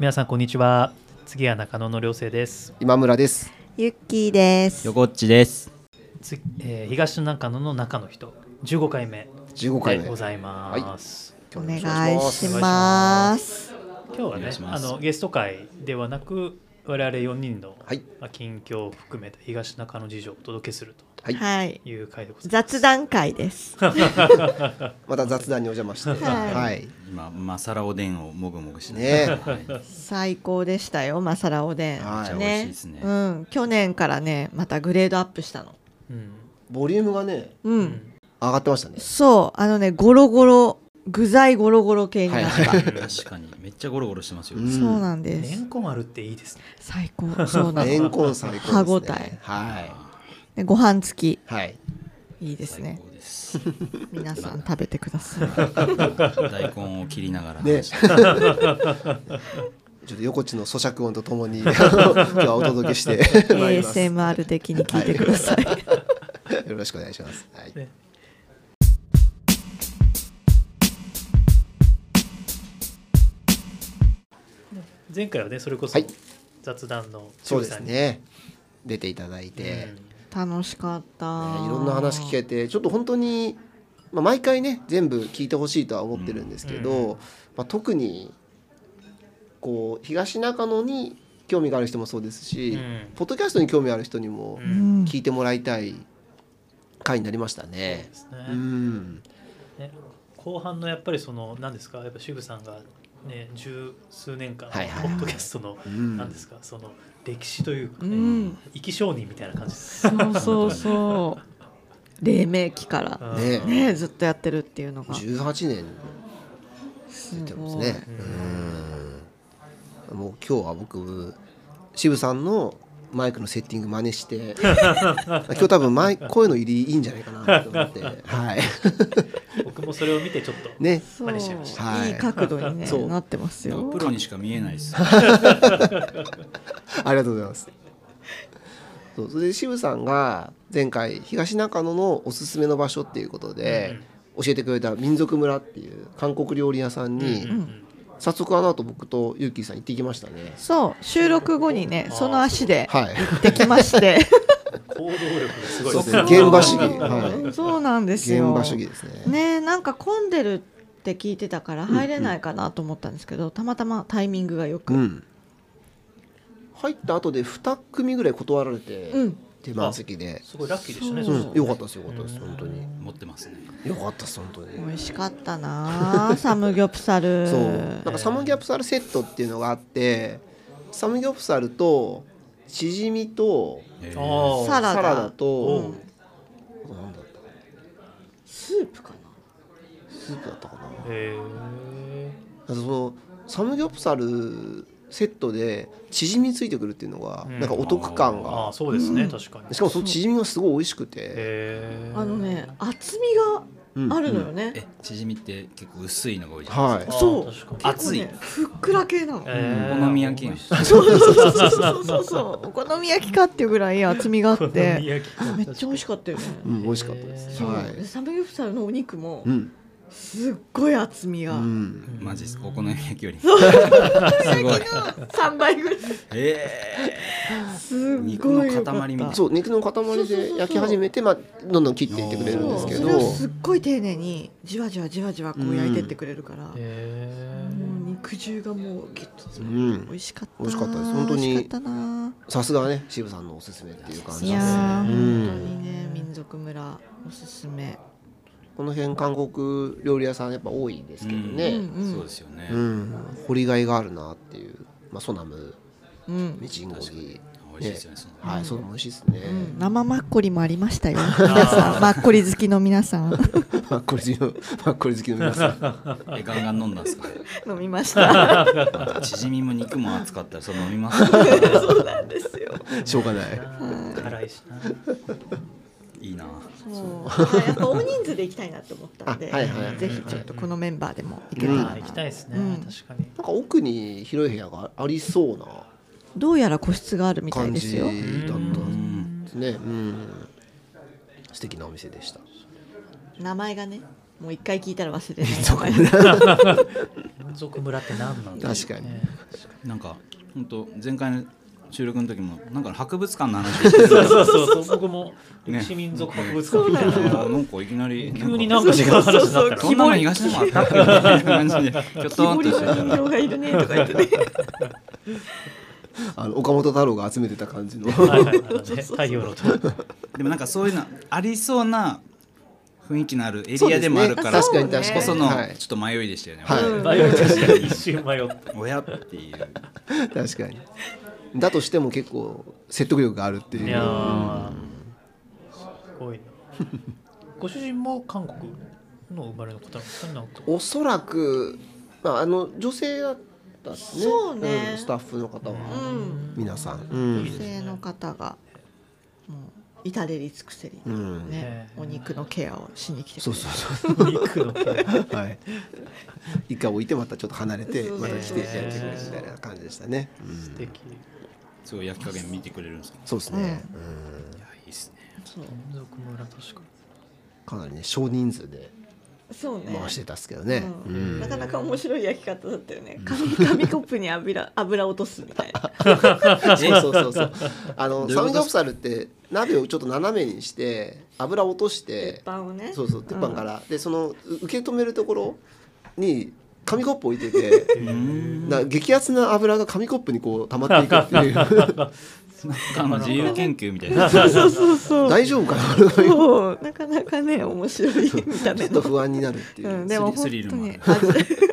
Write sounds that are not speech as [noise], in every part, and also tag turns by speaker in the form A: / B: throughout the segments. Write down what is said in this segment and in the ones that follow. A: 皆さんこんにちは次は中野の良生です
B: 今村です。
C: ゆっきーです。
D: 横っちです。
A: つ、えー、東中野の中の人15回目
B: 15回
A: で
B: 目。
A: ございます、
C: お
B: 今日も
C: 願い
B: よろくお願いします
C: します。
A: 今日は
D: お願
A: ね
D: いしま
A: あ
D: す
A: のゲスト会ではなく我々4人の、
B: はい
A: まあ近況を含めた東中野事情をお届けすると
B: はい
C: はい。
A: いう回でございます
C: 雑談
B: [laughs]
C: 会です。
B: また雑談にお邪魔して。
C: はい
B: はい。
D: 今、マサラおでんをもぐもぐして
B: ねえ
D: はい
C: 最高でしたよ、マサラおでん。
B: はい
D: めっちゃ美味しいですね
C: うん、去年からね、またグレードアップしたの。
A: うん
B: ボリュームがね、
C: うん、
A: うん
B: 上がってましたね。
C: そう、あのね、ゴロゴロ、具材ゴロゴロ系になった。
B: は
D: 確かに、めっちゃゴロゴロしてますよ。
B: うん
C: そうなんです。
A: レンコ丸っていいですね
C: 最高。そうな
B: レン
C: の。
B: コン最高ですね。
C: 歯応え
B: は
C: でご飯付き。
B: い。はい。
C: いいです
D: 最
C: ね。
D: 高です。
C: 皆さん食べてく
B: [laughs]
C: ださい。
D: 大根を切りながら
B: ね
D: 話して。
B: ちょっと横地の咀嚼音ととも [laughs] にあの今日はお届けしてま [laughs] いります。よ
C: ASMR 的に聞いてください。
B: ろしくお願いします。はい。
A: ね前回はねそれこそ
B: はい
A: 雑談の
B: そうで
A: さ
B: す
A: んに
B: ね。出ていただいて、ね
C: 楽しかった、
B: いろんな話聞けて、ちょっと本当に。まあ、毎回ね全部聞いてほしいとは思ってるんですけど、
A: う
B: まあ、特にこう東中野に興味がある人もそうですし、
A: うん
B: ポッドキャストに興味ある人にも
A: う
C: うんん
B: 聞いてもらいたい回になりましたね。
A: です
B: う
A: ね
B: ん、
A: ね後半のやっぱりその何ですかやっぱシグさんがね十数年間ポ
B: はいはい
A: ッドキャストの
B: うん
A: 何ですかその歴史というか
C: う
A: ね
C: ん、
A: 生き証人みたいな感じです
C: そうそうそう。黎明期から
B: ね
A: うん
C: ねずっとやってるっていうのがす
B: 18年ってま
C: ご
B: す
C: い。
B: ね
A: うん。
B: うんもう今日は僕渋さんのマイクのセッティング真似して今日多分マイ声の入りいいんじゃないかなと思ってはい [laughs]
A: 僕もそれを見てちょっと
B: ね
C: そう
A: 真
C: い
A: 似しちゃいました
B: はい
C: い角度にね
B: そう
C: なってますよ。
D: プロにしか見えないです。
B: ありがとうございますそうそれで渋さんが前回東中野のおすすめの場所っていうことで教えてくれた民族村っていう韓国料理屋さんに、
A: うんうん
B: 早速あの後僕とユーキーさん行ってきましたね
C: そう収録後にね
A: あー
C: その足で
B: はい
C: できまして。
A: 行動力がすごい
B: そ
A: で
B: う
A: ね
B: ですすね [laughs] 現場主義は
C: そうなんです
B: 現
C: よ。
B: 場主義ですね
C: ねなんか混んでるって聞いてたから入れないかなと思ったんですけど、たまたまタイミングがよ
B: う
C: く。
B: ん入った後で2組ぐらい断られて、
C: うん。
B: 手満席です
A: ごいラッキーでしたね
C: そ
A: そうう
B: う
A: です
B: ん
A: ね
B: よかったですよかったです
A: うん
B: 本当に
D: 持ってますね。
B: よかったです本当に
C: 美味しかったなあサムギョプサル。
B: そうなんかサムギョプサルセットっていうのがあってサムギョプサルとチヂミと
D: えー
A: あー
C: サラダ
B: サラダ
A: お
B: と
A: う
B: なんだった
C: スープかな。
B: スープだったかな
A: へ
B: そのサムギョプサルセットでチヂミついてくるっていうのが、
A: うん
B: なんかお得感
A: ーあ
B: が
A: あそうですね
C: うん
A: 確かに
B: しかもそのチヂミがすごい美味しくて、
A: へー
C: あのね厚みが
B: うん
C: あるのよね。
D: え、縮みって結構薄いのが多いじゃない
B: は
D: です
A: あ
B: い
A: ー
C: そう
A: 確かに
D: あ熱い
C: 結構ねふっくら系なの。
A: えー
D: お好み焼きやん
C: そうそうそうそうそうそう
B: [laughs]
C: そう。お好み焼きかっていうぐらい厚みがあっ
A: お好み
C: て、
A: 焼き
C: めっちゃ美味しかったよね。
B: うん、美味しかったです、
C: そう
B: はい
C: でサムギョプサルのお肉も
B: うん、
C: すっごい厚み
B: う
C: が、
B: ん、
D: マジっすかお好み
B: [laughs]
D: 焼きより。す
C: 焼き
D: ごい。
C: の三倍ぐらい。
D: え
C: すっ
D: ー肉
C: ご
D: の
C: い良かった。
D: 塊みたいな。
B: そう肉の塊
C: そうそうそうそ
B: で
C: う
B: 焼き始めて、まあ、どんどん切っていってくれるんです
C: そう
B: け
C: そ
B: ど
C: れをすっごい丁寧にじわじわじわじわこう焼いてってくれるから、も
A: へ
C: う肉汁がもうギュッと詰まって
B: うん
C: 美味しかった
B: 美味しかったです本当に
C: 美味しかったな
B: さすがね渋さんのおすすめっていう感じ
C: い
B: で
C: や
B: す
C: ー
B: う
C: 本
B: ん
C: 当にね民族村おすすめ
B: この辺韓国料理屋さんやっぱ多いですけど
C: う
B: ね
C: んうん
D: そうですよね
B: う。ん、掘りがいがあるなっていう、まあ、ソナム
C: うん
B: ミチンゴリ
D: 美味しいですよね。その
B: はい、そう、美味しいですね。 [laughs]
C: うん生マッコリもありましたよ。皆さん、マッコリ好きの皆さん
B: マッコリ好きの、マッコリ好きの皆さん。
D: え、ガンガン飲んだんです
B: [laughs]
D: か
C: [laughs] 飲みました。
D: 縮みも肉も熱かったらそれ飲みます
C: そうなんですよ。
B: しょうが
C: [laughs]
B: ない。
A: ー辛いしない
D: いな
C: そうあやっぱ大人数で行きたいなと思ったんで、
B: あはいはいはい
C: ぜひちょっとこのメンバーでも行けたら
B: うん
C: な、
A: あー行きたいですね、
C: うん
A: 確かに
B: なんか奥に広い部屋がありそうな
C: どうやら個室があるみたい
B: 感
C: で
B: じ
C: す
B: だっ
C: よ
B: た。んですね。うん。素敵なお店でした。
C: 名前がねもう一回聞いたら忘れない
A: 民族村って何なんだ
B: 確かに
A: ね
D: なんか本当前回の収録の時もなんか博物館の話をして
A: そ
D: た
A: うそうそうそう僕も
D: ね
A: 歴史民族博物館みたいな、
D: なんかいきなり
A: 急になんか違う話になった
D: そんなの東でもあったっけみたいな感じでちょっ
C: 木彫
D: とん
C: り
D: と
C: の
D: してた
C: 人形
D: ら
C: がいるねとか言ってね
B: あの岡本太郎が集めてた感じの。
A: なはいはいあのね太陽の塔
D: でもなんかそういうのありそうな雰囲気のあるエリアでもあるから
B: そうですね
C: 確かに確かに
D: こその
B: はい
D: ちょっと迷いでしたよね、
B: はい
D: 我々
A: 迷い確かに一瞬迷った
D: 親っていう
B: 確かに。だとしても結構説得力があるっていう。
A: いやーすごいなご主人も韓国の生まれの方なんですかなんか
B: おそらく、まあ、あの女性だったんですね
C: そうね
B: んスタッフの方
C: う
B: は、
C: ん
B: 皆さん、う
C: 女
B: ん
C: 性の方がもう至れり尽くせり、
B: うん
C: ね、お肉のケアをしに来てく
B: そ
C: れ
B: う
C: る
B: そう
A: 肉
B: そ [laughs]
A: の毛
B: うはい一回置いてまたちょっと離れて
C: そうそ
B: ま
C: う
B: た来てやってくれるみたいな感じでしたね、うん
A: 素敵
D: すごい焼き加減見てくれるんですか
B: そうですね、うん
D: いやいいっすね
C: そう
A: 民族村確か
B: かなりね少人数で
C: そうね
B: 回してたっすけどね、
C: う
B: うん
C: んなかなか面白い焼き方だったよね紙紙コップに油 [laughs] 油落とすみたいな
B: [laughs] そうそうそうそうあの
D: どういう
B: サ
D: こと
B: ムギョプサルって鍋をちょっと斜めにして油を落として
C: 鉄板をね
B: そうそう鉄板
C: ん
B: から、でそのう受け止めるところに紙コップ置いてて
A: う
B: な激アツな油が紙コップにこう溜まっていくっていう
D: [laughs] あの自由研究みたいな
A: そうそう
C: そうそう
B: 大丈夫かな [laughs] ち
C: そうなかなかね面白い見た
B: ょ
C: 目
B: っと
C: の、
B: 不安になるっていうう、
C: ん、でも
D: ス
C: 本
D: リスリ
C: 当
D: ルもあ
C: に
D: る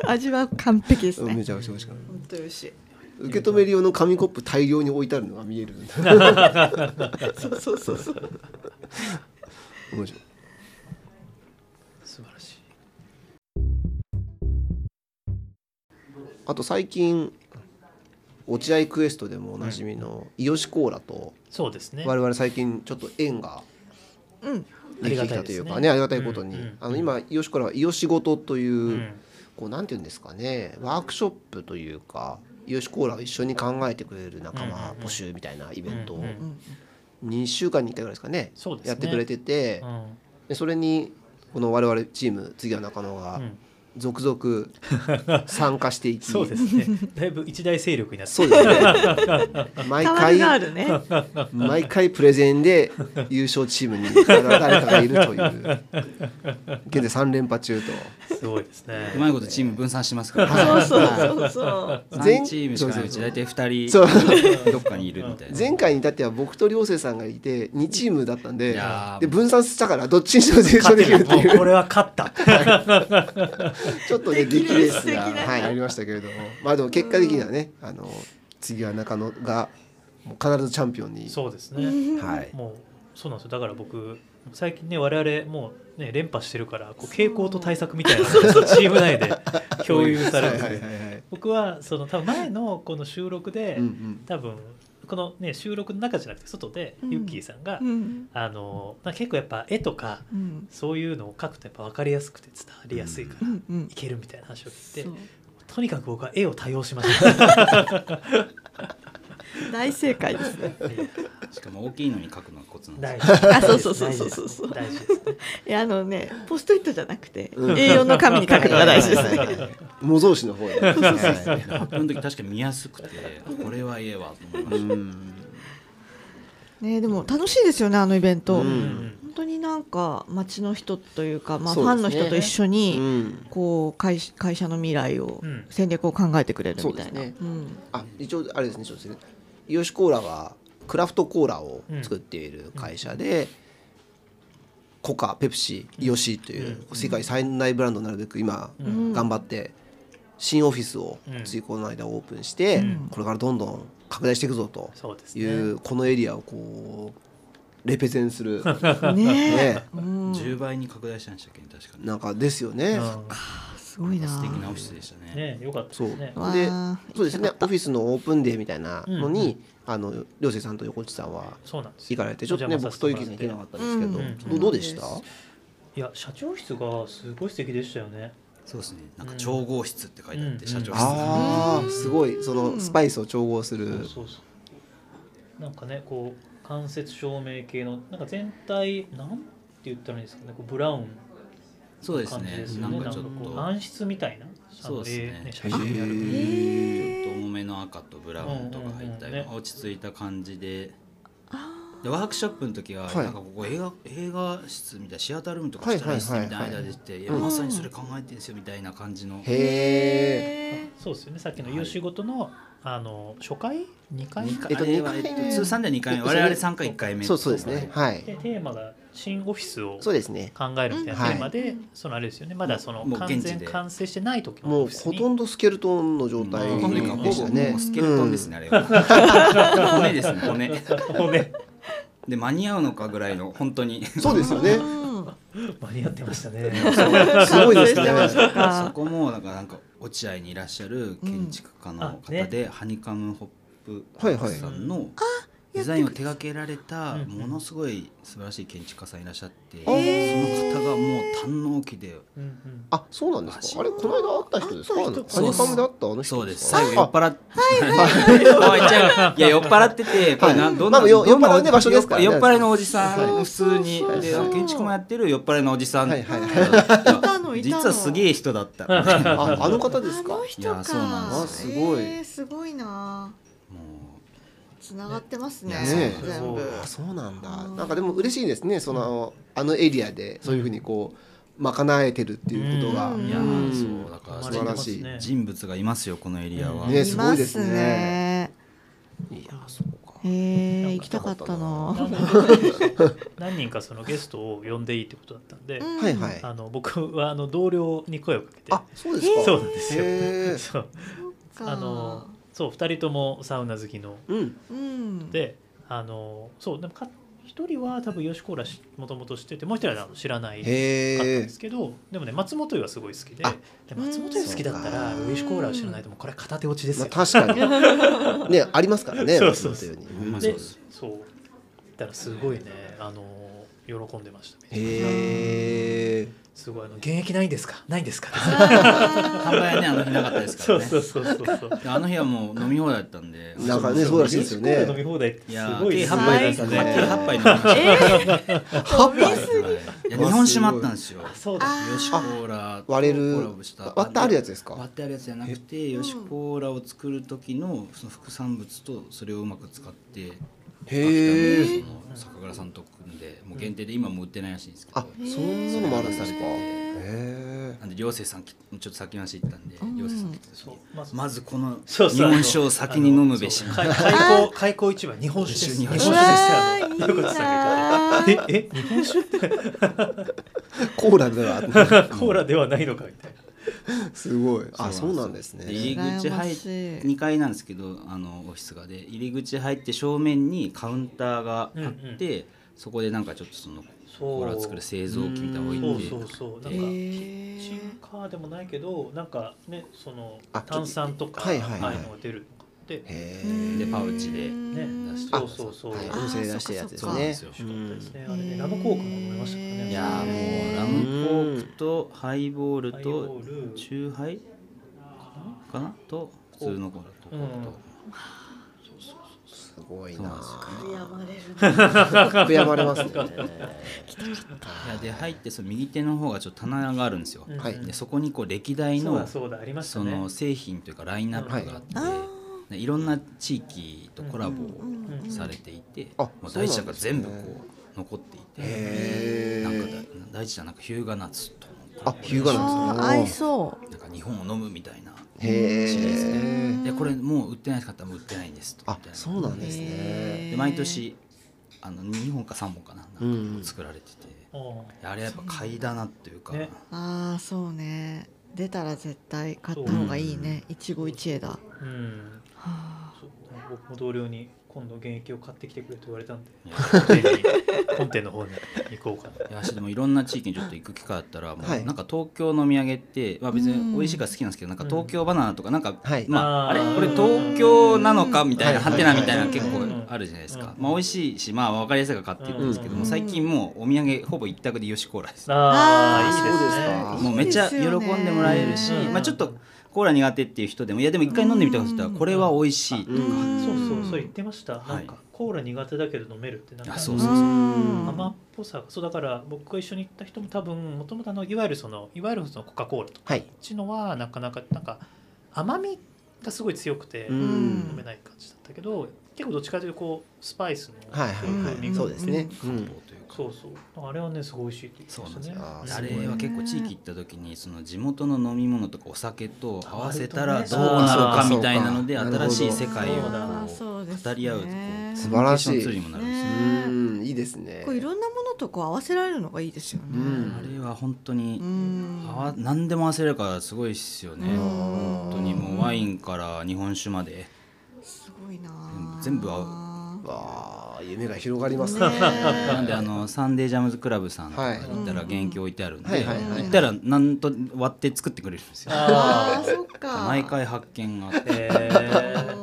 B: [laughs]
C: 味味は完璧です
B: うんめ
C: ね
B: ちゃめちゃ美味しかっ
C: 本当に美味しい
B: た受け止める用の紙コップ大量に置いてあるのが見える
C: そうそうそうそう
B: 面白い
A: 素晴らしい
B: あと最近落合クエストでもおなじみの伊吉コーラと
A: そうですね
B: 我々最近ちょっと縁が
C: うん
B: できてきたというかね
A: あ
B: あ
A: りが
B: りが
A: た
B: た
A: い
B: い
A: で
B: こ
A: すね
B: と
A: うん
B: に、
A: うん
B: あの今伊吉コーラは伊吉ごとという、
A: うん
B: こうなんていうんですかねワークショップというか伊吉コーラを一緒に考えてくれる仲間募集みたいなイベント
A: うん
B: を
A: うん
C: うん
B: 2週間に1回ぐらいですかね
A: そうですね
B: やってくれてて
A: うん
B: でそれにこの我々チーム次は中野が
A: うん
B: 続
A: [laughs]
B: 々参加していき
A: そうですねだいぶ一大勢力になって
B: そうですね毎
C: 変わりがあ
B: 回
C: るね
B: 毎回プレゼンで優勝チームに誰かがいるという現在3連覇中と。
A: すごいですね
D: うまいことチーム分散してますから
C: そうそうそうそう
B: 全
D: 3チームしかないうち大体2
B: そう
D: 人どっかにいるみたいな
B: 前回に至っては僕と涼星さんがいて2チームだったん
D: い
B: で
D: やー
B: で分散したからどっちにしても優
A: 勝
B: 勝で
A: て
B: きる
A: る
B: ってい
A: もうこ
B: う
A: れは勝った
B: ちょっとね
C: で
B: 力
C: きる
B: ですが、
C: 素敵な
B: はい、ありましたけれどもまあでも結果的にはね、あの次は中野がもう必ずチャンピオンに、
A: そうですね
B: はい、
A: もうそうなんですよだから僕最近ね我々もうね連覇してるからこう傾向と対策みたいなのがそうチーム内で共有され
B: は
A: る
B: い
A: ん
B: は
A: で
B: いはい
D: [laughs]
B: はい
A: 僕はその多分前のこの収録で、
B: うんうん
A: 多分このね収録の中じゃなくて外で、
C: うん
A: ユッキーさんが、
C: うん
A: あのまあ結構やっぱ絵とか
C: うん
A: そういうのを描くとやっぱ分かりやすくて伝わりやすいから、
C: うんうん
A: いけるみたいな話を聞いて
C: そう
A: とにかく僕は絵を多用しました。
C: 大正解で
B: [laughs]
C: すね
D: しかも大きいのに書くのがコツなんです
A: 大事で
D: よ
A: す
C: あそうそうそうそうそうそう
A: 大事ですね
C: いやあのねポストイットじゃなくて
B: うん
C: A4 の紙に書くのが大事です
B: [laughs]
C: ね
B: はいはいはい模造紙の方で、はい
D: 発表の時確かに見やすくてこれはええわと思
B: う
D: いまし
B: ん
C: ねでも楽しいですよねあのイベント、
B: う
A: うんん
C: 本当になんか街の人というか、まあ、
B: そ
C: フ
B: うです
C: ァ
B: ね
C: ンの人と一緒
B: う
C: に
B: ん、
C: こう会社会社の未来を、
A: うん
C: 戦略を考えてくれるみたいな
B: そうですね
C: うん
B: あ一応あれですねちょっとねイヨシコーラがクラフトコーラを作っている会社で、コカペプシイヨシという世界最大ブランドになるべく今
C: ん
B: 頑張って新オフィスを
A: うん
B: ついこの間オープンして、
A: うん
B: これからどんどん拡大していくぞと
A: そうです
B: い
A: ね。
B: うこのエリアをこうレペゼン
A: [laughs]
B: する
C: ね
B: ね
C: え、
D: た10倍に拡大したんでしたっけね確かに
B: なんかですよね。
A: うん
C: すごいな
D: 素敵なオフィスでした
A: ね
D: ね
A: よかった
B: そう
A: です
B: で
A: ね。
C: わあ
B: そうですねオフィスのオープンデーみたいなのに、あの涼星さんと横地さんは
A: そうなんですよ
B: 行かれてちょっとね
A: お邪魔
B: 僕
A: させて
B: と
A: もらっ
B: 行き
A: て
B: に行けなかったですけど、
A: うん
B: どどうでした、
A: いや社長室がすごい素敵でしたよね。
D: そうですねなんか調合室って書いてあって、
A: うん
D: 社長室
B: ああすごいそのスパイスを調合する、
A: そうそうそうなんかねこう間接照明系のなんか全体なん言ったらいいんですかねこうブラウン
D: そうです
A: 感じ
D: ね
A: ですよ
D: な
A: ね
D: ん
A: な
D: か
A: ん
D: ち
A: か
D: ょっ
A: ことう暗室みたいなあの
D: そうですね
A: え写真やる
B: へ
C: えー
D: 重めの赤とブラウンとか入った
A: うんうんう
D: よ
A: ん
D: う
A: ね
D: な落ち着いた感じででワークショップの時は
B: はい
D: なんかここ映画映画室みたいなシアタールームとかしたら室みたいな
B: はいはいはいはい
D: 間でしていやまさにそれ考えてるんですよみたいな感じの
B: へえ
A: そうですよねさっきの優秀ごとの、あの初回2回
D: 二回
B: えっと
D: あれは
B: 二回目
D: えっと通算では2回目
B: えっと
D: 我々3回1回目
B: そうそうですねはい
A: でテーマが新オフィスを
B: そうですね
A: 考えるみたい
B: は
A: ないテーマで、そのあれですよねまだその
D: もう
A: 完
D: 現地
A: 全
D: で
A: 完成してない時の
B: も
A: オ
B: う
A: フィス
B: ほと
A: に
B: んどスケルトンの状態
D: ほとんど今
B: でした
D: ほ
B: ね
D: ぼスケルトンですね、あれは骨ですね骨
A: [laughs] 骨
D: で間に合うのかぐらいの本当に
B: うんそうですよね [laughs]
A: 間に合ってましたね
B: すごいです
C: そうです
B: ね
C: ね
D: そこもなんかなんか落合にいらっしゃる建築家の
A: うんあ
D: 方で、ハニカムホップ
B: はいはい
D: さんのデザインを手掛けられたものすごい素晴らしい建築家さんいらっしゃって、その方がもう堪能期で
A: うんうん
B: あそうなんですかあれこの間会った人ですか
C: 会
B: あ
C: った
B: の
C: 人
B: ハニカムで会ったあの人
D: そうです
B: か
D: 最後酔っ払って [laughs] いや酔っ払っててこれなどん
B: ま
D: な
B: あ酔
D: どんな
B: 酔っ払うね場所ですからね
D: 酔っ払いのおじさん普通に
B: そうそうそう
D: で建築もやってる酔っ払いのおじさん
B: はいはいはい
C: いたのいたの
D: 実はすげえ人だったもう
B: [laughs] ああの方です
C: あ
B: か
C: の人か
D: いやそうなんです
B: よあすごい
C: えーすごいなつながってますね
D: ね
B: ね
C: 全
A: そう
C: 部
B: あそうなんだ
C: うん
B: なんかでも嬉しいですねそのあのエリアでそういうふうにこう賄えてるっていうことが
C: うん
D: いや
B: うん
D: そうだか
A: 生まれ
B: 素
D: ら
B: 晴
A: て
B: ら
A: ま
B: し
A: す
B: い
A: ね
D: 人物がいますよこのエリアは、
A: ね
B: すごいですねいやそうか
C: いますねえー行きたかったな
A: 何人かそのゲストを呼んでいいってことだったんで、
C: うん
B: はいはい
A: あの僕はあの同僚に声をかけて
B: あそうですか
A: そうなんですよ
B: へ
A: [laughs]
B: ー
A: そう
C: そっか
A: あのそう2人ともサウナ好きの
B: うん
C: うん
A: であのそうでもか1人は多分吉コーラしもともと知っててもう1人はあの知らないかったん
B: へえ
A: ですけどでもね松本湯はすごい好きで
B: あ
A: で松本湯好きだったら
B: うん
A: 吉コーラを知らないともうこれ片手落ちです
B: ま
A: よ
B: あ、確かにねありますからね
A: そうそうそう
B: 松本
D: ほんま
B: よ
D: に
A: で
B: りうん
D: そ
A: そうだからすごいねあの喜んでましたね
B: へえ
A: すごいあの現役ないんですかないんですか
D: 販売はねあの日なかったですか
A: そ
D: ら
A: う
D: ね
A: そうそうそうそう
D: であの日はもう飲み放題だったんで
B: [laughs] なんかねそうらしいですよね
A: 飲み放題って
D: い
A: す
D: やー
A: ごい
D: 計
A: です
D: 8
A: ね
D: 杯ですね
B: 最
D: 計
B: 高
D: 8杯飲みました
B: 葉っぱ
D: はいいや日本酒もあったんですよ
A: あそうだ
D: ヨシコーラ
B: 割れ
D: コ
B: る
D: ラボした
B: 割ってあるやつです
D: 割っ
B: か
D: てあるやつじゃなくてヨシコーラを作る時のその副産物とそれをうまく使って
B: へ
D: 秋
B: え
D: 田のその酒蔵さんと組んでもう限定で今もう売ってないらしいんですけど
B: あそんなのもあるんですかへえ
D: なんで涼星さんきちょっと先の話行ったんで
C: ん
D: 涼星さん来た時
A: そう
D: に
A: まず
D: まずこの
A: そう
D: 日
A: そう
D: 本酒を先に飲むべし
A: あのそう開開口開口一番日本酒です
D: 日
A: 日
D: 本
A: 本
D: 酒
A: 酒
C: う
A: で
C: わ
A: すあの横田さんが言っ
C: ーいいな
A: てたええ日本酒って
B: コーラだな
A: コーラではないのかみたいな
B: すごいあそうなんです
D: で
B: ね
D: 入り口入っ
C: 羨ましい
D: 2階なんですけどあのオフィスがで入り口入って正面にカウンターがあって、そこでなんかちょっとそのコーラを作る製造機みたいなの置い
A: そう
D: て
A: そうそうなん
C: へ
A: か
C: ー
A: チンカーでもないけどなんかねその
B: あちょっと
A: 炭酸とかああ
B: はいいうはいはい
A: のが出るのがあって
B: へ
D: でパウチで
A: ね
D: 出して
A: そうそうそう
B: はい
A: 美
B: お
A: 味し
B: 店で出してるやつです
D: あ
B: ね
D: そうなんです
A: か
D: よ
A: ったですねあれねラムコークも飲めましたからね
D: いやーもうラムコークとハイボールとチューハイかなと普通のコーラとコーラと、
B: すごい
D: そうなん
B: な
D: ですよ
C: やまれる
B: 悔やまれますね
D: いやで入ってその右手の方がちょっと棚があるんですよ、
A: うん
B: はい
D: でそこにこう歴代
A: そう
D: の
A: だそうだありました
D: そ
A: ね
D: の製品というかラインナップがあって、
C: はい
D: でいろんな地域とコラボを
A: うん
D: されていて、
B: あ
D: もう
B: そうなん
D: 大
B: です
D: 地
B: ね
D: 社が全部こう残っていて
B: へ
D: なんか
B: え
D: だ大地社なんか日向夏と
B: あ日向夏
C: あー合いそう
D: なんか日本を飲むみたいな
B: へえ
D: でこれもう売ってない方はもう売ってないんですと
B: あ
D: みたいな
B: そうなんですね
D: で毎年あの2本か3本かな
B: う
D: なんか
B: ん
D: 作られてて、
A: うん
D: あれはやっぱ買いだなっていうか、
A: ね
C: ああそうね出たら絶対買った方がいいね一期一会だは
A: うん
C: あ
A: そう僕も同僚に今度現役を買ってきてくれと言われたんで
D: いや
A: 本店の方に行こうかな。
D: いや私でもいろんな地域にちょっと行く機会あったらもう、
B: はい
D: なんか東京の土産って、まあ、別
C: うん
D: に美味しいから好きなんですけどなんか東京バナナとかなんか、
B: はい
D: まあ、あ
A: あ
D: れ
A: ー
D: これ東京なのかみたいな
B: うん
D: ハテナみたい
B: は
D: な
B: い
D: の結構あるじゃないですか、まあ、美味しいしまあ分かりやすいから買っていくんですけども、
C: うん
D: 最近もうお土産ほぼ一択でよしコーラで
A: [laughs]
D: す、
A: あ
C: あー
A: あ、いいですね。
D: もうめっちゃ
C: いい
D: 喜
C: ですよね
D: んでもらえるし、
A: うん
D: まあ、ちょっとコーラ苦手っていう人でもいやでも一回飲んでみたかったらこれは美味しいとか、
B: うん
A: そうそうそれ言ってました、
D: い
A: なんかコーラ苦手だけど飲めるってなんか
D: あそう
C: う
D: そうん
A: 甘っぽさがそうだから僕が一緒に行った人も多分もともとあのいわゆるそのいわゆるそのコカ・コーラとか
B: はい
A: こっちのはなかなかなんか甘みがすごい強くて
B: うん
A: 飲め
C: ん
A: ない感じだったけど結構どっちかというとこうスパイスの
B: はいはい
A: 風
B: は
A: 味
B: い
A: が
B: そうですねう
D: 漢
B: ん
D: 方というか
A: そうそうあれはねすごい美味しいって
D: そう
A: 言っ
D: な
A: て
D: ん
A: ま
D: で
A: し
D: す
A: たね
B: あー
D: よあ
B: すごい
D: れは結構地域行った時にその地元の飲み物とかお酒と合わせたらどうなるかみたいなので
B: そうかそうか
D: 新しい世界を
A: なるほど
D: こ
C: そうです
D: う
C: ね
D: 語り合うこう
B: 素晴らしい
D: コミュニケーションツールにもなるんですよ
C: ね
B: うんいいですね
C: こういろんなものとこう合わせられるのがいいですよ
B: う
C: ね。
B: ん
D: あれは本当に
C: うん
D: 合わ何でも合わせれるからすごいですよね
C: うん
D: 本当にもうワインから日本酒まです
C: ごいなあ。
D: 全部合う
B: わあ夢が広がります
C: ね
B: ね
C: え
D: なんであのサンデージャムズクラブさんとか行ったら
C: はい
D: 原型置いてあるんで
B: はいはいはい
D: 行ったらなんと割って作ってくれるんですよ
A: あ [laughs]
C: あー、そっか。
D: 毎回発見があっ
A: ー
D: て
A: へー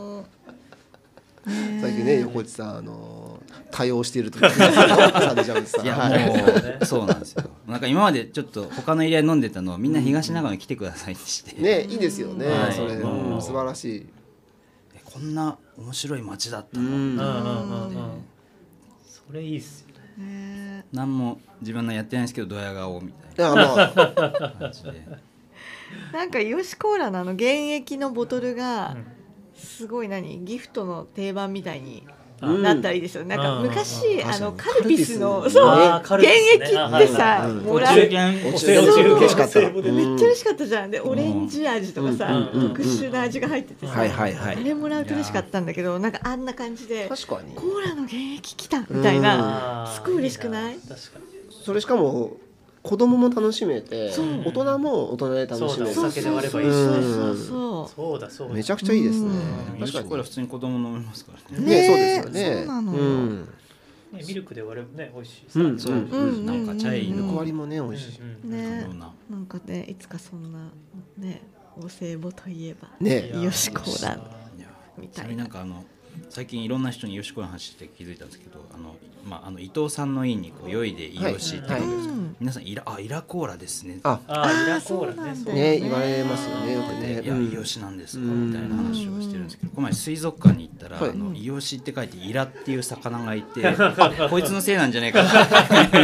B: 最近ね横地さんあの対応していると言ってますよサンデージャムズさん
D: いや
B: はい
D: もう [laughs] そうなんですよなんか今までちょっと他のエリアに飲んでたのをみんな東長野に来てくださいってして、
B: ねいいですよね
D: はい
B: それ
A: う
B: うんん素晴らしい
D: えこんな面白い街だった
B: う
D: の、
A: うんんう
B: は
A: んうんうんそれいいっすよね
C: ね
D: 何も自分のやってないんですけどドヤ顔みた
B: いやまあ
D: いな感じで
C: えなんかヨシコーラのあの原液のボトルが
A: うん
C: すごい何ギフトの定番みたいに
B: うん
C: なったらいいですよね。なんか昔
B: うん
C: あの
B: 確
C: カ
B: かに
C: ルピ
B: カル
C: スの
B: ピスね
C: そう
A: あーカル
C: 原
A: ピスね
C: 液ってさ
B: うん
C: もら
A: お中
C: う。
A: 元
B: お
A: お
B: 中
A: 世話
B: 元
A: 中
C: 嬉
A: 元
C: し
B: かった
A: お歳暮で
B: うん
A: ね
C: めっちゃ嬉しかったじゃんでオレンジ味とかさ
B: うんうんうんうん
C: 特殊な味が入っててさ
B: いはいは
C: あ
B: い
C: れもらうと嬉しかったんだけどなんかあんな感じで
B: 確かに
C: コーラの原液来たみたい
B: うん
C: な
A: あー
C: すごい嬉しくない
A: いな確かに
B: それしかも子供も楽しめて
C: そう
B: 大人も大人で楽しめる
A: そうだお酒で割ればいいし
C: そうそうそう
A: そうだそうだ
B: めちゃくちゃいいですね
C: う
D: 確か
B: 確
D: に
B: か
D: これ
B: に
D: 普通に子供飲めますからね
C: ね
B: ねそうですよ
C: そ
B: ね
C: うなのよ
B: ん
A: ねミルクで割ればね美味しい
B: うん
A: さ
D: そ
B: う
D: う、
B: ん
C: うん
D: なんかチャイ
C: う
B: ぬ
C: ん
B: く
D: の
B: わりもね美味しい
A: うんうん
C: ね
D: ような
C: なんかねいつかそんなねお歳暮といえば
B: ね
C: よしこだ
D: いや
C: み
D: ち
C: た
D: ないみに
C: な
D: なんかあの最近いろんな人に吉子の話して気づいたんですけどあの、まあ、あの伊藤さんの院にこう「よいでいよし」って
B: は
C: う
B: い
C: ん
D: 皆さんイラあイラコーラですね
B: あ
A: あーイ
C: あー
A: ラコーラ
C: そうなんだ
A: ねそう
B: ね
C: よ
B: 言われますよねよくね
D: いや、
B: うん
D: イヨシなんですか
B: うん
D: みたいな話をしてるんですけど、この前水族館に行ったら、
B: はい
D: あのイヨシって書いてイラっていう魚が
B: [laughs]
D: いて、こいつのせいなんじゃないかなって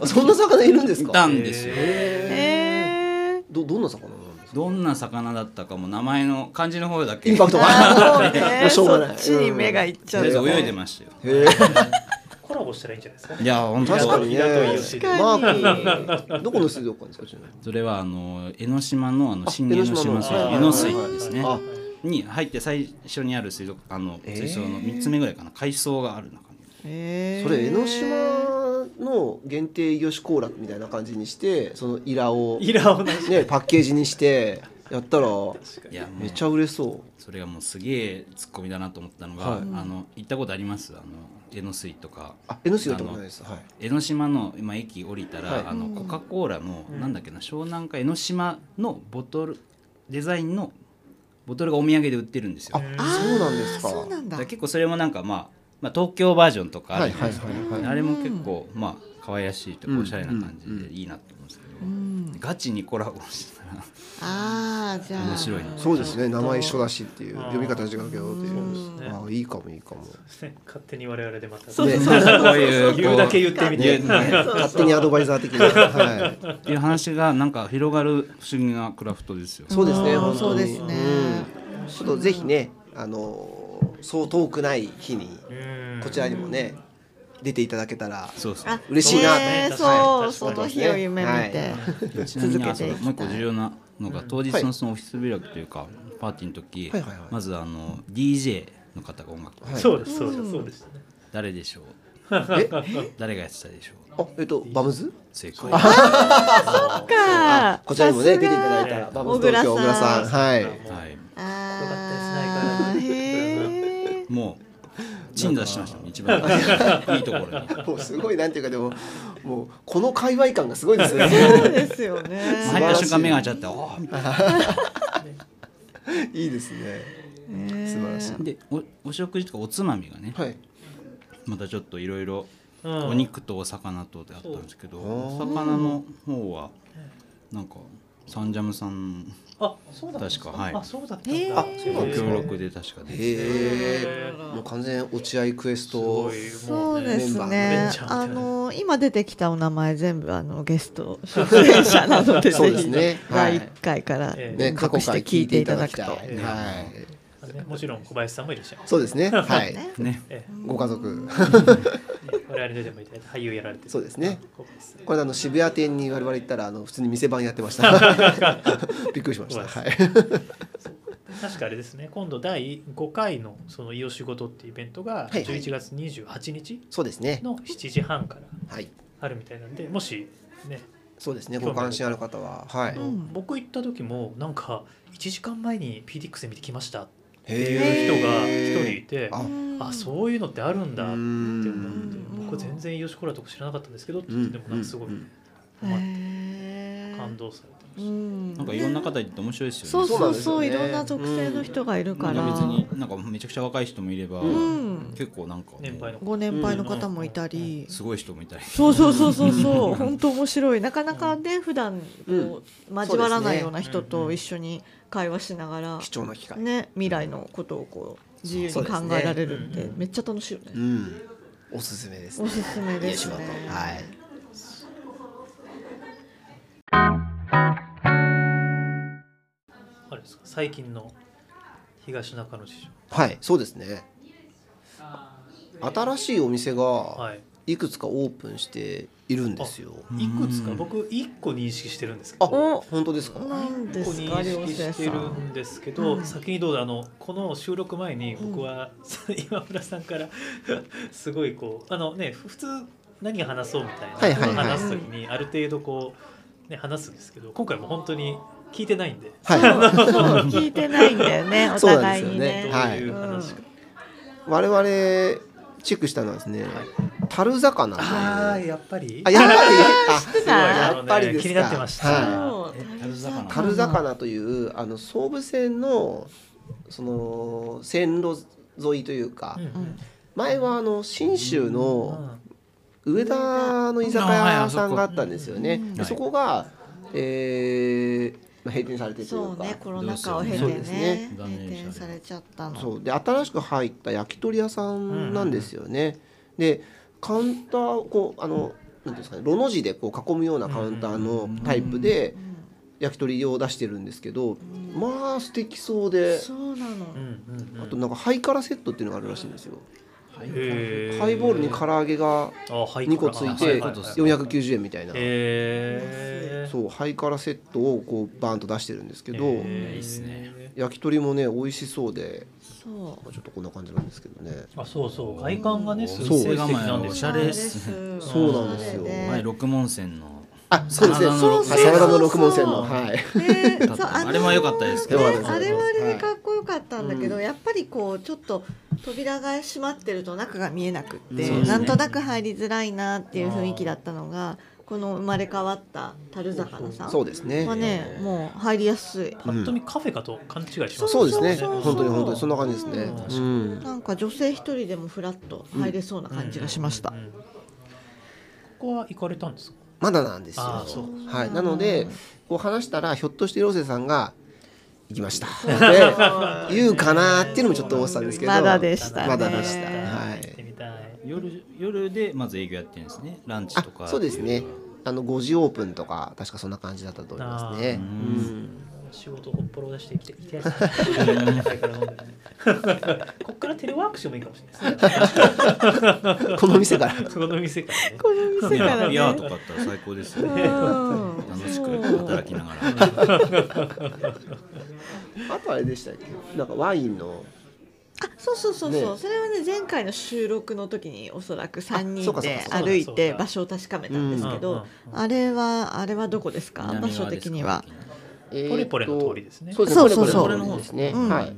B: あそんな魚いるんです
D: 言っ
B: か
D: たんですよ。
B: へえ
C: えー
B: どどんな魚なんですか
D: どんな魚だったかも名前の漢字の方だけ。
B: インパクト
C: あー
B: が
C: もうね
B: [laughs] もうしょうが
C: そ
B: な
C: っ
B: い
C: ちに目がいっち
D: と
C: ゃう
D: りあえず泳いで
C: ま
D: ましたよ。
B: へえ
A: コラボしたらいいんじゃないですか
D: いや本当
B: 確かにね
A: イラとイヨシで
C: 確
B: マ
C: かに
B: ー君どこの水族館ですかちなみに
D: それはあの江ノ島のあの新江ノ島水
B: あ江
D: 江ノ
B: ノ
D: 水
B: 島の
D: ですね
B: はいはい。
D: に入って最初にある水族あの
B: えー
D: 水槽の三つ目ぐらいかな海藻がある中に。
B: それ江ノ島の限定魚種コーラみたいな感じにしてそのイラを
A: イラをね
B: ねパッケージにしてやったら
D: いやもう
B: めっちゃ売れそ
D: それがもうすげえツッコミだなと思ったのが、
B: はい
D: あの行ったことありますあの江ノ水とか
B: うあ江ノ水だと思わないですはい
D: 江ノ島の今駅降りたら、
B: はい
D: あのコカ・コーラの、
A: うん
D: なんだっけな湘南か江ノ島のボトルデザインのボトルがお土産で売ってるんですよ
B: あ
A: うん
B: そうなんですか
C: そうなん
D: だ
C: だ
D: から結構それもなんかまあ、まあ、東京バージョンとかあ
B: は
D: る
B: い
D: じゃな
B: はいい
D: ですか、
B: はい
D: あ
B: はい
D: れも結構まあ可愛らしいという
B: う
D: か
B: ん
D: おしゃれな感じでいいなと思うんですけど、
C: うん
D: ガチにコラボしたら
C: ああじゃあ
D: 面白いな
B: そうですね名前一緒だ
C: し
B: しっていう
A: あー
B: 呼び方違うけどってい
C: そう
A: ですね
B: うあいいかもいいかも
A: ね勝手に我々でまた
C: そう
B: ね
C: そうそ
B: [laughs]
C: うそう
D: こういう [laughs] こう
A: 言うだけ言ってみて
D: 言うね
B: 勝手にアドバイザー的なはい
D: っていう話がなんか広がる不思議なクラフトですよ。
B: そうですね
C: あー
B: 本
C: そ
B: 当
C: うで
B: に
C: すね
B: うんちょっとぜひねあのーそう遠くない日に
A: うん
B: こちらにもね出ていただけたら
D: そうそう
C: あ
B: 嬉しいな
C: ね
A: はい
C: そう
A: 確か
C: そ
A: に
C: の日を夢見て
D: ちなみに
C: 続け
D: あそう
C: ていきたい
D: もう一個重要なのが当日
B: は
D: の
B: い
D: そのオフィス開きというかパーティーの時、
B: はいはいはい
D: まずあの DJ の方が音楽、
B: はい
A: そうですそうですそうですね
D: 誰でしょう
B: え
D: 誰がやってたでしょう
B: あえっとバムズ
D: 正解
C: か
B: こちらにもね出ていただいた
A: さ
B: ら
A: す
B: バ
A: が
B: ムズ東京小倉さんはい
D: はい
C: あーへえ
D: もうチン出しましたね一番いい [laughs] ところに
B: もうすごいなんていうかでももうこの界隈感がすごいですね
C: [laughs] そうですよね
D: 入った瞬間目が合っちゃっておーみたい
B: いいですね素晴らしい
D: なでおお食事とかおつまみがね、
B: はい
D: またちょっといろいろ
A: うん
D: お肉とお魚とであったんですけど
B: そう
D: お魚の方はなんかサンジャムさん
A: あそうなんです
D: 確かはい
A: あそうだった
C: へ
A: ん
C: ー
A: だ
B: あそうなん
D: ご
B: です
D: 協
B: ね
D: 力で確か
B: へ
D: で
B: えもう完全落合クエス
A: す
B: ト
A: ごいも
C: そう
A: ね
C: です
B: メン
A: バーのベン
C: ね
A: チャーみ。たいな
C: あの今出てきたお名前全部あのゲスト出演者なので
B: そう
C: ぜ
B: です
C: ひ
B: ねはい
C: 第一回から
A: ええ
B: ね
C: 連
B: 過去
C: 続し
B: から
C: て
B: 聞
C: 聞
B: い
C: い
B: て
C: て
B: い
C: い
B: ただ
C: ただ
B: き
C: く
B: た
C: と。
B: いはい
A: もちろん小林さんもいらっしゃいます
B: そうですねはい
C: ね
D: すね
A: ええ
B: ご家族 [laughs]
A: ね我々でもいただいて俳優やられてる
B: そうですね
A: 小林さん
B: これあの渋谷店に我々行ったらあの普通に店番やってましたびっくりしましたはい
A: 確かあれですね今度第5回のその「いよ仕事」っていうイベントが
B: はいはい
A: 11月28日
B: そうですね
A: の7時半から
B: はい
A: あるみたいなんでもしね
B: そうですねご関心ある方ははい
C: ん
A: 僕行った時もなんか1時間前に PDX で見てきましたって
B: へ
A: い
B: ー
A: う人が1人いて
B: あ
A: あそういうのってあるんだって
B: う
A: 思
B: ん
A: って
C: うん
A: 僕全然よしこらとか知らなかったんですけどって言ってでもなんかすごい
D: うん
A: まあ
C: へー
A: 感動されてま
C: う
A: し
C: ん
D: なんかいろんな方いて面白いですよね
C: そうそう
B: そ
C: そう
B: な
C: う
B: いんですよね
C: ろんな属性の人がいる
D: な
C: か
D: ん
C: ら
D: か別になんかめちゃくちゃ若い人もいれば、
C: ん
D: 結構なんかもう
A: 年配の
C: ご年配の方もいたり
D: すごい人もいたり
C: そうそうそうそ
B: [laughs]
C: うそう本当面白いなかなかね普段こう交わらないような人と一緒に会話しながら
B: 貴重な機会
C: ね未来のことをこう自由に考えられるんでめっちゃ楽しいよ
B: う
C: ね
B: んおすすめです
C: おすすめ
B: いい
C: です
B: 仕
C: ね
B: 事はい
A: たあれですか最近の東中野市場
B: はいそうですね新しいお店が
A: はい
B: いくつかオープンしているんですよ
A: いくつか僕1個認識してるんですけ
B: あ
A: ど
C: お
B: 本当ですか
C: なんで
A: ここ
C: す
A: に
C: か
A: 意
C: 両
A: 識
C: 生
A: して
C: さ
A: る
C: ん
A: んですけど、
C: うん
A: 先にどうだあのこの収録前に僕は、 [laughs] 今村さんから [laughs] すごいこうあのねふ普通何話そうみたいな、
B: はいはいはい
A: 話す時にある程度こう、ね、話すんですけど今回も本当に聞いてないんで
B: はい
C: そうそう聞いてないんだよねお
B: [laughs] そうなんで
C: 互
B: す
C: い
B: よね
A: ど
C: に
A: う
C: ね
B: はい
A: いう話か、
B: 我々チェックしたのはですね樽魚
A: あ
B: あ
A: あやっぱり
B: やっぱりあ
C: 知ってた
A: すごいあのね
B: やっぱりですか
A: 気になってました、
B: は
C: そう
D: え樽魚
B: 樽魚というあの総武線のその線路沿いというか、
A: うんうん
B: 前はあの信州の上田の居酒屋さんがあったんですよね。
C: うん
B: でそこが、えーまあ、閉店されてとい
C: そうう
B: か
C: ねコロナ禍を経て
B: そう
C: ね
B: ですね
C: 閉店されちゃったの
B: そうで新しく入った焼き鳥屋さんなんですよね。でカウンターをこうあのなんていうんですかねロの字でこう囲むようなカウンターのタイプで焼き鳥を出してるんですけどまあ素敵そうで。
C: そうなの
A: うんうんうん
B: あとなんかハイカラセットっていうのがあるらしいんですよ。
A: へー
B: ハイボールに唐揚げが
A: あハイ
B: 2個ついて
A: カラはいはいはい
B: 490円みたいな、
A: へー
B: そうハイカラセットをこうバーンと出してるんですけど、
A: へー
D: いいっすね
B: 焼き鳥もね美味しそうで、
C: そ
B: まあ、ちょっとこんな感じなんですけどね
A: あそうそう外観がねす
B: そう
A: ごい素敵なん
C: う
A: で
D: お
A: す
D: しゃ
A: よ
D: れっす
C: ね
B: そうなんですよ
D: 前六門線の
B: あそうですね
D: 真田の
B: 真田の六門線の
C: そうそう
B: はい
C: ね
D: だったあれも良かったですけど
B: 良かったです
C: あれはあれでかっこよかったんだけど、
B: は
C: やっぱりこうちょっと扉が閉まってると中が見えなくって、
B: そう
D: ですね
C: なんとなく入りづらいなっていう雰囲気だったのがこの生まれ変わった樽魚さん
B: そうですね、
C: はねもう入りやすい
A: ぱっと見カフェかと勘違いします、
B: そうですね
C: そうそうそう
B: 本当に本当にそんな感じですね
A: うん
B: うん
C: なんか女性一人でもフラッと入れそうな感じがしました、
A: うんうんうんここは行かれたんですか。
B: まだなんですよ
A: あーそう
B: はい、なのでこう話したらひょっとして広瀬さんが「行きま [laughs] した」
C: そう
B: って言うかなっていうのもちょっと思ってたんですけど
C: まだでしたね
B: まだでしたは
A: 行って
B: い
A: みたい。
D: 夜夜でまず営業やってるんですねランチとか
B: あそうです
D: っ
B: ね
D: ていう
B: あの5時オープンとか確かそんな感じだったと思いますね
A: あー
B: うん
A: 仕事をほっぽろ出していきたい。行きたいですねこっからテレワークしてもいいかもしれないですね。
B: [laughs] この店から
A: そこの店からね。
C: この
D: い
C: 店か
D: や
C: ら
D: い
C: ね
D: やとかあったら最高ですよ
C: う
D: ね
C: ん
D: 楽しく
C: そう
D: 働きながら
B: あとあれでしたっけなんかワインの
C: あそうそうそうそう、
B: ね
C: それはね前回の収録の時におそらく3
B: あそう
C: 人
B: かそう
C: で
B: かそう
A: か
C: 歩い
A: そう
C: て
A: だ
C: 場所を確かめたんですけ
A: うんうん
C: どあれはあれはどこですか場所的には
B: えーと
A: ポレポレの通りですね
B: そうです
C: そ
B: ポ
C: う
B: レ
C: そ
B: ポ
C: う
B: レ
C: そ
B: の
C: う
B: 通りですね
C: うん
B: はい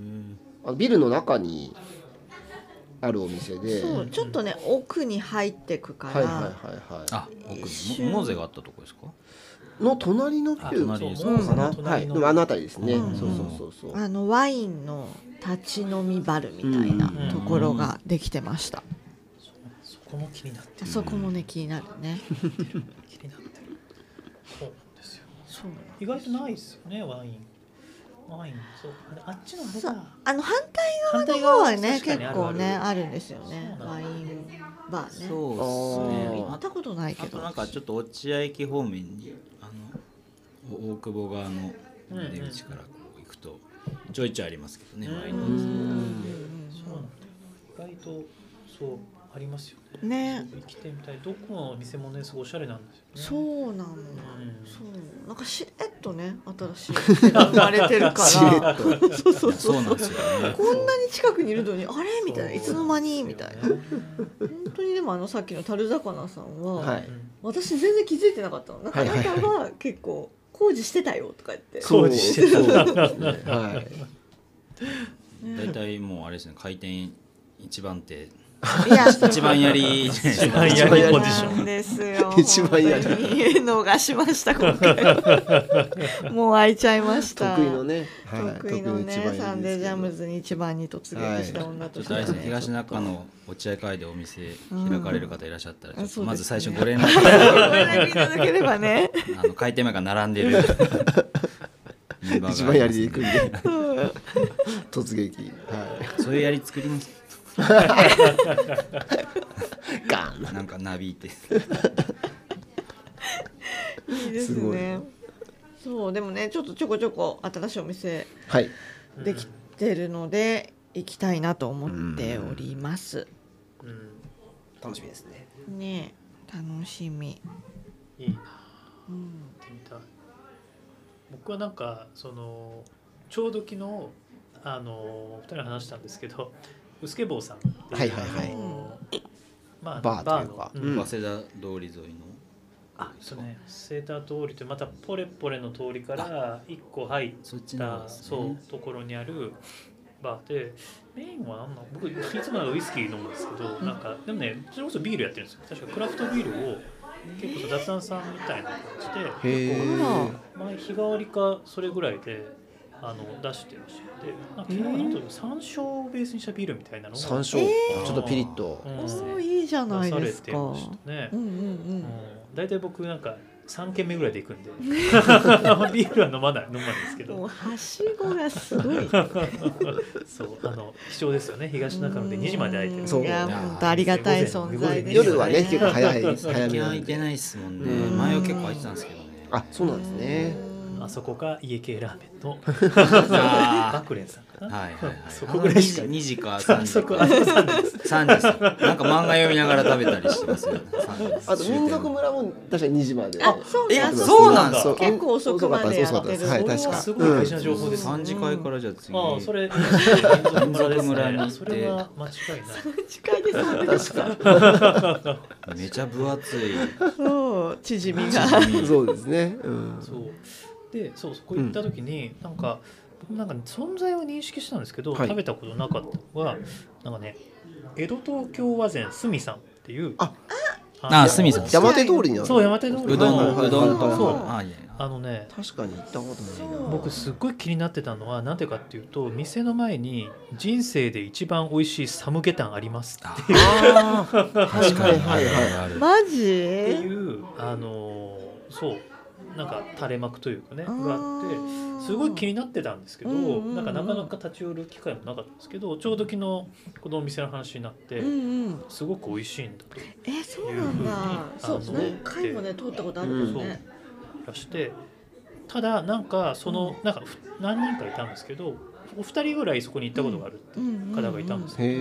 B: あのビルの中にあるお店で
C: そうちょっとね奥に入ってくか
B: はいはいは
C: ら
B: いはい
D: あ僕モモーゼがあったとこですか
B: の隣のビ
A: あ
B: ル
D: 隣です
A: そう
B: かな、
A: そう
B: は
A: 隣
B: い、で
A: の
B: もあの辺りですね、
C: うん
B: そうそうそうそう
C: あのワインの立ち飲みバルみたいな
B: うん
C: ところができてました
A: そこも気になってる。
C: そこもね気になるね
A: 気になってる。そうなんですよ。
C: そそうなんだ
A: 意外とないですよねワインワインそうああっちのあれ
C: そ
A: だ
C: うあの反対側
A: 反
C: の
A: 対
C: 方
A: 側は
C: は
A: 確
C: ね
A: か
C: 結
A: にある
C: 構ね
A: あ
C: あるんですよね
A: そうな
C: ワ
A: ん
C: イ
A: だ
C: ンバーね
D: そうです
B: う
D: ね
B: ん
C: 行
D: あ
C: ったことないけ
D: あと
C: ど
D: なんかちょっと落合駅方面にあのお大久保側の
A: うんうん
D: 出口からこう行くとちょいちょいありますけどね、
A: うん
D: ワイ
C: う
D: ン
C: ん
D: の
C: う
D: お店
C: ん
A: そうなんだ意外とそうありますよ
C: うんね
A: ね来てみたいどこのお店もねすごいおしゃれなんですよね
C: そうなの、
A: ん
C: そうなんかしれっとね新しい店が生まれてるか
B: しれっ
C: [laughs] らそうそう
D: そ
C: そうう
D: なんですよね
C: こんなに近くにいるのにあれみたいないつの間に
A: そう
C: み
A: です
C: た
A: よ
C: い
A: ね、
C: な本当にでもあのさっきの樽魚さんは、
B: はいう
A: ん
C: 私全然気づいてなかったのなんかあ
B: はいは
C: ない
B: はい
C: たが結構工事してたよとか言って、
A: そう工事してた
B: そうですねはい
C: ね
D: 大体もうあれですね回転一番手
C: いや
D: 一番やりじゃないで
A: 一
D: すか
A: 番やりポジション
C: ンですよ
B: 一番やり
C: 本当に逃しました今回 [laughs] もう開いちゃいました
B: 得意のね、はい、
C: 得意の
B: 得
C: ね
B: 意の一番
C: サンデージャム
B: ズ
C: ズに一番に突撃した女
D: ち
C: と
D: ょっ
C: し
D: と
C: [laughs] て、ね
D: あれですね東中の落合会でお店開かれる方いらっしゃったら、
C: うんあ
D: ちょっと
C: そう
D: ま
C: ですね
D: ず最初にご連
C: [laughs]
D: 絡
C: ご連絡いただければね
D: あの開店前から並
C: [laughs]
D: んでるメンバーが
B: 一番やりでいくんで
C: うん
B: 突撃は
D: そういうやり作ります
B: いガーン
D: なんかなびいて
C: いいです
B: すごい
C: ねそうでもねちょっとちょこちょこ新しいお店
B: はい
C: できてるので、行きたいなと思っております、
A: うん
B: 楽しみですね
C: ねえ楽しみ、
A: いいな
C: うん、
A: 行ってみたい僕はなんかそのちょうど昨日あの2人話したんですけど薄け坊さんっていう
B: はいはいはい
A: あのまあ、
B: バーというか
A: バーの
B: うん
D: 早稲田通り沿いの
A: あそうねセーター通りというまたポレポレの通りから1個入っ
D: そっちの方
A: た
D: ですね
A: そうところにあるバーでメインはあんま僕いつもなんかウイスキー飲むんですけどなんかでもねそれこそビールやってるんですよ確かクラフトビールを結構雑談さんみたいな感じで
B: へえ
A: 結
C: あ
A: 構前日替わりかそれぐらいであの出してらっしゃってなんか昨日はなんと山椒をベースにしたビールみたいなのを
B: 山椒、
A: ー
B: ちょっとピリッと
A: う
C: お
A: ん
C: ーいいじゃないです
A: 出され
C: か。
A: て
C: う
A: ましたね
C: んうんうん。
A: うん大体僕なんか3軒目ぐらいで行く
B: [laughs]
A: んでビールは飲まない飲まないですけ
C: もう
A: ど
C: はしごがす
A: [laughs]
C: ごい。
A: そうあの貴重ですよね東中野で2時まで開いてる
B: そう
C: いや本当ありがたい存在です。
B: 夜はね結構早い早
D: 最
B: め
D: 近
B: なん
D: 開いて
B: で
D: ないですもんね
B: うん
D: 前は結構開いてたんですけどね
B: あそうなんですね
A: あそこか家系ラーメンの
D: あ
A: 学蓮さんか
D: ー
A: な
D: はいはいはい
A: そこぐらいしか
D: あの2時2時か
A: あ
D: 3
A: そ
D: 時
A: こ
D: か
A: あそこさんです
D: 3時ですなんか漫画読みながら食べたりしてますよ、ね、
B: あと民族村も確かに2時まで
C: あそう
D: え
C: なんだ
D: そうなんだ
B: そう
C: 結構遅くまでやってる。
B: 遅かったです遅かったです
A: す
B: はい確
A: ごい
B: かうん
A: 会社情報ですね
D: 3時会からじゃあ次
A: ああそれ民
D: 族村に行って
A: それは間違いない
C: 近いですもんね確か。
D: めちゃ分厚い
C: [laughs] そう縮みが。
D: チヂミ
B: そうですね、うん、
A: そうでそうそこ行った時に、なんか僕なんか存在は認識したんですけど、
B: はい
A: 食べたことなかったのはなんかね江戸東京和膳すみさんっていう
B: あ
A: の
D: あすみさん
B: 山手通りにある
A: そう山手通りの
D: うどん
B: はいはいは
D: の
B: いう
D: どんと
A: そう
D: あいやいや
A: あのね
B: 確かに行ったことないな
A: 僕すっごい気になってたのはなんでかっていうと店の前に「人生で一番美味しいサムゲタンあります」っ
B: あー
D: 確かに
B: はいはいはい
D: ある
C: マ
A: て
C: ジ？
A: いうあのーそうなんか垂れ幕というかねがあってすごい気
C: に
A: になってたんですけど、
C: うんうんうん
A: なんかなかなか立ち寄る機会もなかったんですけどちょうど昨日このお店の話になって、
C: うんうん。
A: すごく美味しいんだとい
C: えそうなんだ。そ
A: い
C: う
A: うふうに
C: 何回もね通ったことあるんですね。
A: らしてただなんかその、なんかふ何人かいたんですけどお二人ぐらいそこに行ったことがあるって
C: うん
A: 方がいたんですけど、
B: へ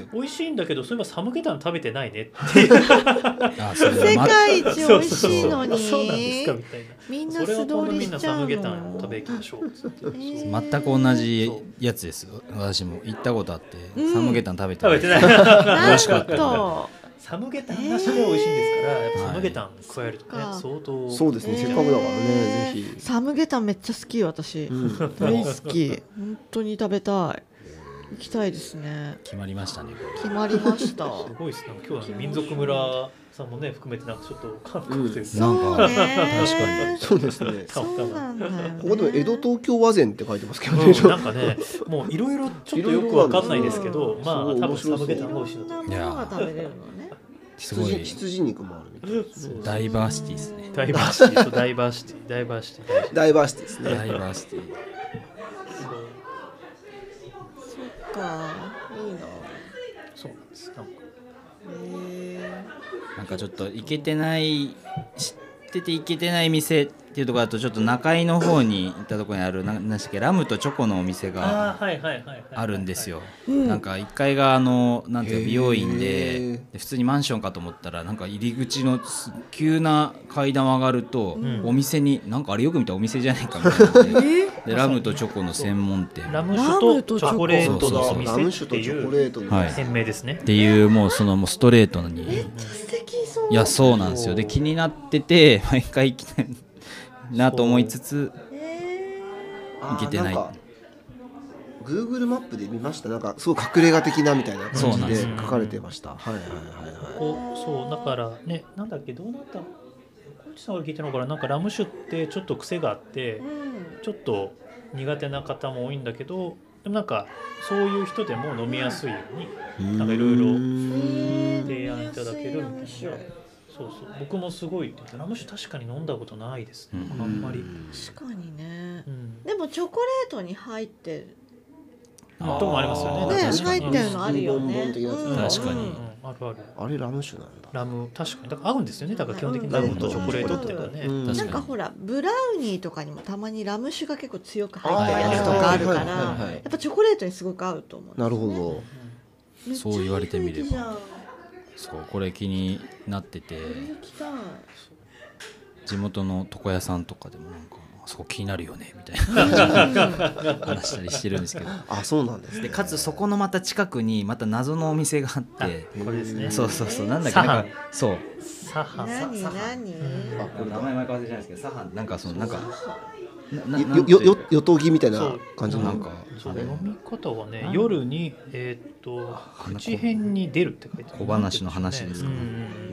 B: え
A: 美味しいんだけどそういえばサムゲタン食べてないねって
D: あそれ
C: 世
D: はま
C: 界一美味しいの
A: [laughs]
C: に。
A: そうなんですかみたいな
C: みんな
A: それは
C: 素
A: 今度
C: 通
A: み
C: り
A: ん
C: し
A: な
C: ち
A: サ
C: ゃ
A: ム
C: う
A: ゲタン
C: の
A: 食べ行きましょうっつって
C: えー
D: 全く同じやつですよ私も行ったことあって
C: うん
D: サムゲタン食べて
A: 食べてない
C: な
D: 美
C: ん
D: 味しかった
C: と
A: サムゲタンなしで美味しいんですから、
C: えー
A: やっぱサムゲタン加えるとね、
C: はい
A: 相当
B: そうですねせっかくだからね
C: えー
B: ぜひ
C: サムゲタンめっちゃ好き私、
B: うん
C: 大好き本当に食べたい行きたいですね
D: 決まりましたねこれ
C: 決まり
B: [laughs]
C: ました
A: すごいですね。今日はね民族村さんもね含めてなんかちょっと韓国で、
D: なんか
C: そうね
D: 確
B: そうですね
C: そうなんだよね、
B: ここでも江戸東京和膳って書いてますけどね、
A: うん、なんかね、もういろいろちょっとよくわかんないですけど、
B: いろいろ
A: ま
B: あ
A: あ
B: るん
A: 多
B: で
A: 分
B: す
A: サ
B: ね
A: ムゲタンが美味しい
C: い
A: の
C: ろんなものが食べれるのね
D: すご
B: 羊
D: い
B: 羊肉もあるみたいな
A: そう
D: ダイバーシティですね
A: ダイバーシティそうダイバーシティダイバーシティ大事
B: ダイバーシティです
D: ダ
B: ね
D: イバーシティ
C: そっかいいな
A: そうなんですなんか
C: へ
D: なんかちょっと行けてない知ってて行けてない店っていうところだとちょっと中井の方に行ったところにあるな何でしたっけラムとチョコのお店
A: あ
D: が
A: あはいはいはいはい
D: あるんですよ、
C: ん
D: なんか1階があのなんていうか美容院
B: へ
D: で
B: ー
D: で普通にマンションかと思ったらなんか入り口のす急な階段を上がると、お店になんかあれよく見たらお店じゃないかみたいなので
C: え
D: でラムとチョコの専門店
A: ラム酒とチョコレート
D: そう
A: の
D: そ
A: お
D: う
B: ラム
A: 店っ
B: 酒と
A: て
B: チョコ
A: い
B: レ
A: う
B: ートの、
D: はい
A: 店名ですね
D: っていうもうそのもうストレートに
C: 素敵そう
D: いやそうなんですよで気になってて毎回行きたいなと思いつつ
C: え
B: あー
D: 行けてない
B: んか Google マップで見ましたなんかすごい隠れ家的なみたいな感
D: そう
B: じ
D: なん
B: で
D: です
A: よ
B: 書かれてましたはいはいはいはい
A: こうそうだからねなんだっけどうなったの小内さんが聞いたのかななんかラム酒ってちょっと癖があって
C: ーうん
A: ちょっと苦手な方も多いんだけどでもなんかそういう人でも飲みやすいようになんかいろいろ提案いただけるみたいな
C: うん
A: そうそう僕もすごいって言ってラム酒確かに飲んだことないですね
D: うん
A: あんまり
C: 確かにね
A: うん
C: でもチョコレートに入って
A: まあともありますよね
C: ね
A: なんか
C: 入ってるのある
B: ボ
C: よ
B: ンボン
C: ね
B: ってやつ
C: うん
D: 確かに
A: うんあるある
B: あれラム酒なんだ
A: ラム確かにだから合うんですよねだから基本的にラ
B: ラ
A: ム
B: ム
A: と
B: と
A: チョコレートっていうのは
B: う
A: ね
B: ん
C: な
D: 確
C: ん
D: に
C: かほらブラウニーとかにもたまにラム酒が結構強く入ってるやつと
A: あー
C: かあるから
B: はいはいはいはい
C: やっぱチョコレートにすごく合うと思う
B: なるほど
C: めっちゃいい
D: そう言われてみれば
C: 雰囲気じゃんこ
D: そうこれ気になってて
C: れ行きたい
D: 地元の床屋さんとかでもなんかあそこ気になるよねみたいな話したりしてるんですけど
B: あそうなんですね
D: [laughs] でかつそこのまた近くにまた謎のお店があって
A: これですね
D: そうそうそうなんだっけなんかそう
A: サハ
C: 何何
D: あこれ名前毎回忘れちゃうんですけどサハンなんかそのなんかなななん
B: よ
D: てい
B: よ
D: う
B: よよとぎみたいな
A: そう
B: 感じの
D: なんか
A: そ
D: あ
A: う
D: れ
A: 読み方はね夜にえーっと口辺に出るって書いてある
D: 小話の話ですかね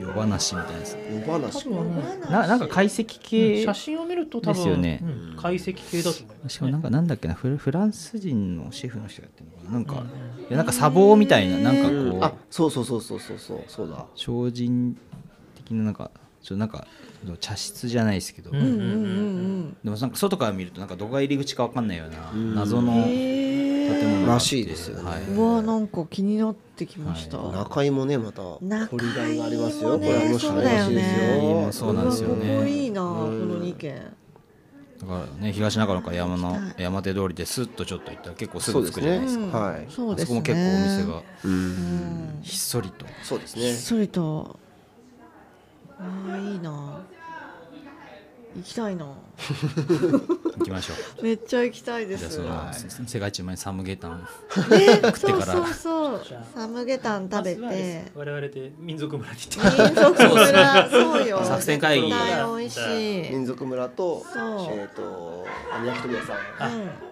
A: うんうん
D: 夜話みたいなやつ
B: 夜話
A: 多分
D: ななんか解析系
A: 写真を見ると多分
D: ですよね
A: うん解析系だと思います、ね、
D: しかもなんかなんだっけなフラフランス人のシェフの人がやってるのかななんか、
A: う
D: いやなんか砂防みたいななんかこう、
B: うんあそうそうそうそうそうそうそうだ
D: 精進的ななんかちょっとなんか茶室じゃないですけど、
A: う
C: うんうんうん
D: でもなんか外から見るとなんかどこが入り口かわかんないような
B: うん
D: 謎
C: う
D: の
C: んへ
D: 建
C: え
D: 物があって
B: らしいですよね
D: はいう
C: わなんか気になってきました、
D: は
B: 中井もねまた
C: 中井もね
B: 掘りがいがありますよこれはもう
C: そうだよね
B: よ
D: そうなんですよね
C: うわここいいな、
B: うん
C: この2軒
D: だからね東中野から山の
C: 行きた
D: 山手通りですっとちょっと行ったら結構す
B: そう
D: ぐ
B: で
D: 着
B: す
D: くじゃ
B: ね
D: ないですか
B: はい
C: そう
D: あ
C: で
D: そ
C: すね
D: こも結構お店が
B: う
C: うんん
D: ひっ
C: [laughs]
D: そりと
B: そうです
C: ひっ
B: ね
C: そりとあーいいな行きたいな
D: 行きましょう
C: めっちゃ行きたいで
D: じゃあ
C: す
D: その、
C: ね
D: 世界一うまいサムゲタンって
C: そ
D: か
C: う
D: ら
C: そうそう
A: じゃあ
C: サムゲタン食べて
A: まずはで
C: 民
A: す我々で民族村に行って
C: 族村そうよ
D: 作戦会議
C: 絶対美味しいうん
B: 民族村と
C: そう
B: えっとあの焼き鳥屋さん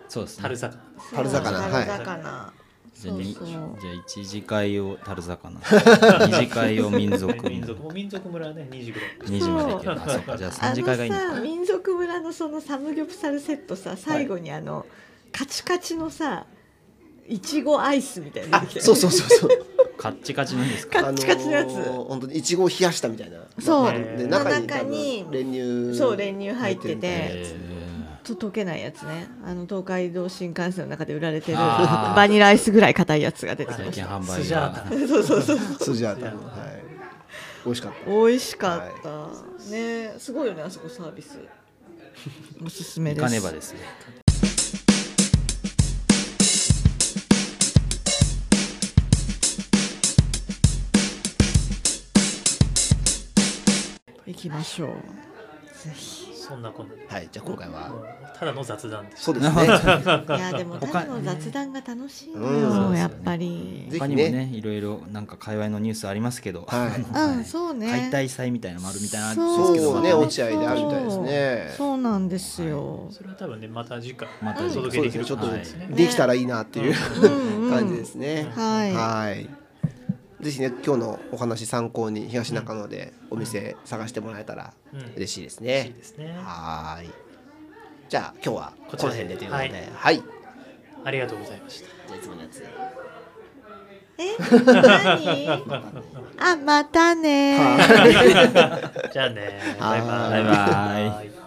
D: そうですね
A: 春魚
C: そう
B: 春魚はい
C: 春魚
D: じゃあ
C: そう
D: に
C: そう
D: じゃあ一次会を樽魚二次会を民族
A: 民族もう民族村はね2時ぐらい
D: 二次まで行けるあそっかじゃあ
C: あ
D: 三次
C: の
D: 会がいいのか
C: さ民族村のそのサムギョプサルセットさ最後にあのカチカチのさいちごアイスみたいなの出てきたよね
B: そうそうそうそう
D: カッチカチのいいです
C: カ
D: か
C: ッチカチのや
B: [laughs]
C: つ
B: あのー本当にいちごを冷やしたみたいな
C: そう
B: で
A: の
B: 中に
C: 中に
B: 多分練乳
C: そう練乳入ってて
B: 入
D: え
C: ちょっと溶けないやつねあの東海道新幹線の中で売られてる
D: あー
C: バニラアイスぐらい硬いやつが出て
D: ー
C: きまし
D: 最近
C: た
D: 販
A: ス
D: 売
A: ジャー
D: が
A: タン
C: そうそうそう
B: そうじゃあ多分はい美味しかった
C: 美味しかった、ねすごいよねあそこサービ [laughs] スおすすめ
D: 行
C: です
D: かねばですね
C: 行きましょうぜひ
A: そんなこんなで
B: はいじゃあ今回
A: も
B: は
A: うただの雑談です
B: そうです [laughs] ね
C: いやでもただの雑談が楽しいの
B: うん
C: よ、
D: そうですよね
C: やっぱり
B: ぜ
D: 他
B: ひ
D: にも
B: ね
D: ねいろいろなんか界隈のニュースありますけど
B: はい
D: あの
C: うんそうね
D: 解体祭みたいなのもあるみたいな
C: そう
D: ですけど
B: そうね落合であるみたいですね
C: そうなんですよ、
A: それは多分ねまた次回
D: また
A: お
D: 次回
A: 届け
B: そう
A: で
B: で
A: き
B: す
A: る
B: ねちょっ
A: かもしれ
B: と
A: ないですね
B: できたらいいなっていう
C: うんうん
B: 感じですね
C: はい
B: いぜひね今日のお話参考に東中野でお店探してもらえたら
A: うん
B: 嬉しいです
A: 嬉しい
B: ね
A: ですね
B: はーいじゃあ今日はこの辺でということ
A: こちら
B: ではい
A: ありがとうございました
B: じゃあいつものやつ
C: え、何？ [laughs] あ、またね。
B: はい
A: じゃあね。
B: は
A: バ
B: い
A: イバイ。
D: バイバ
A: イ。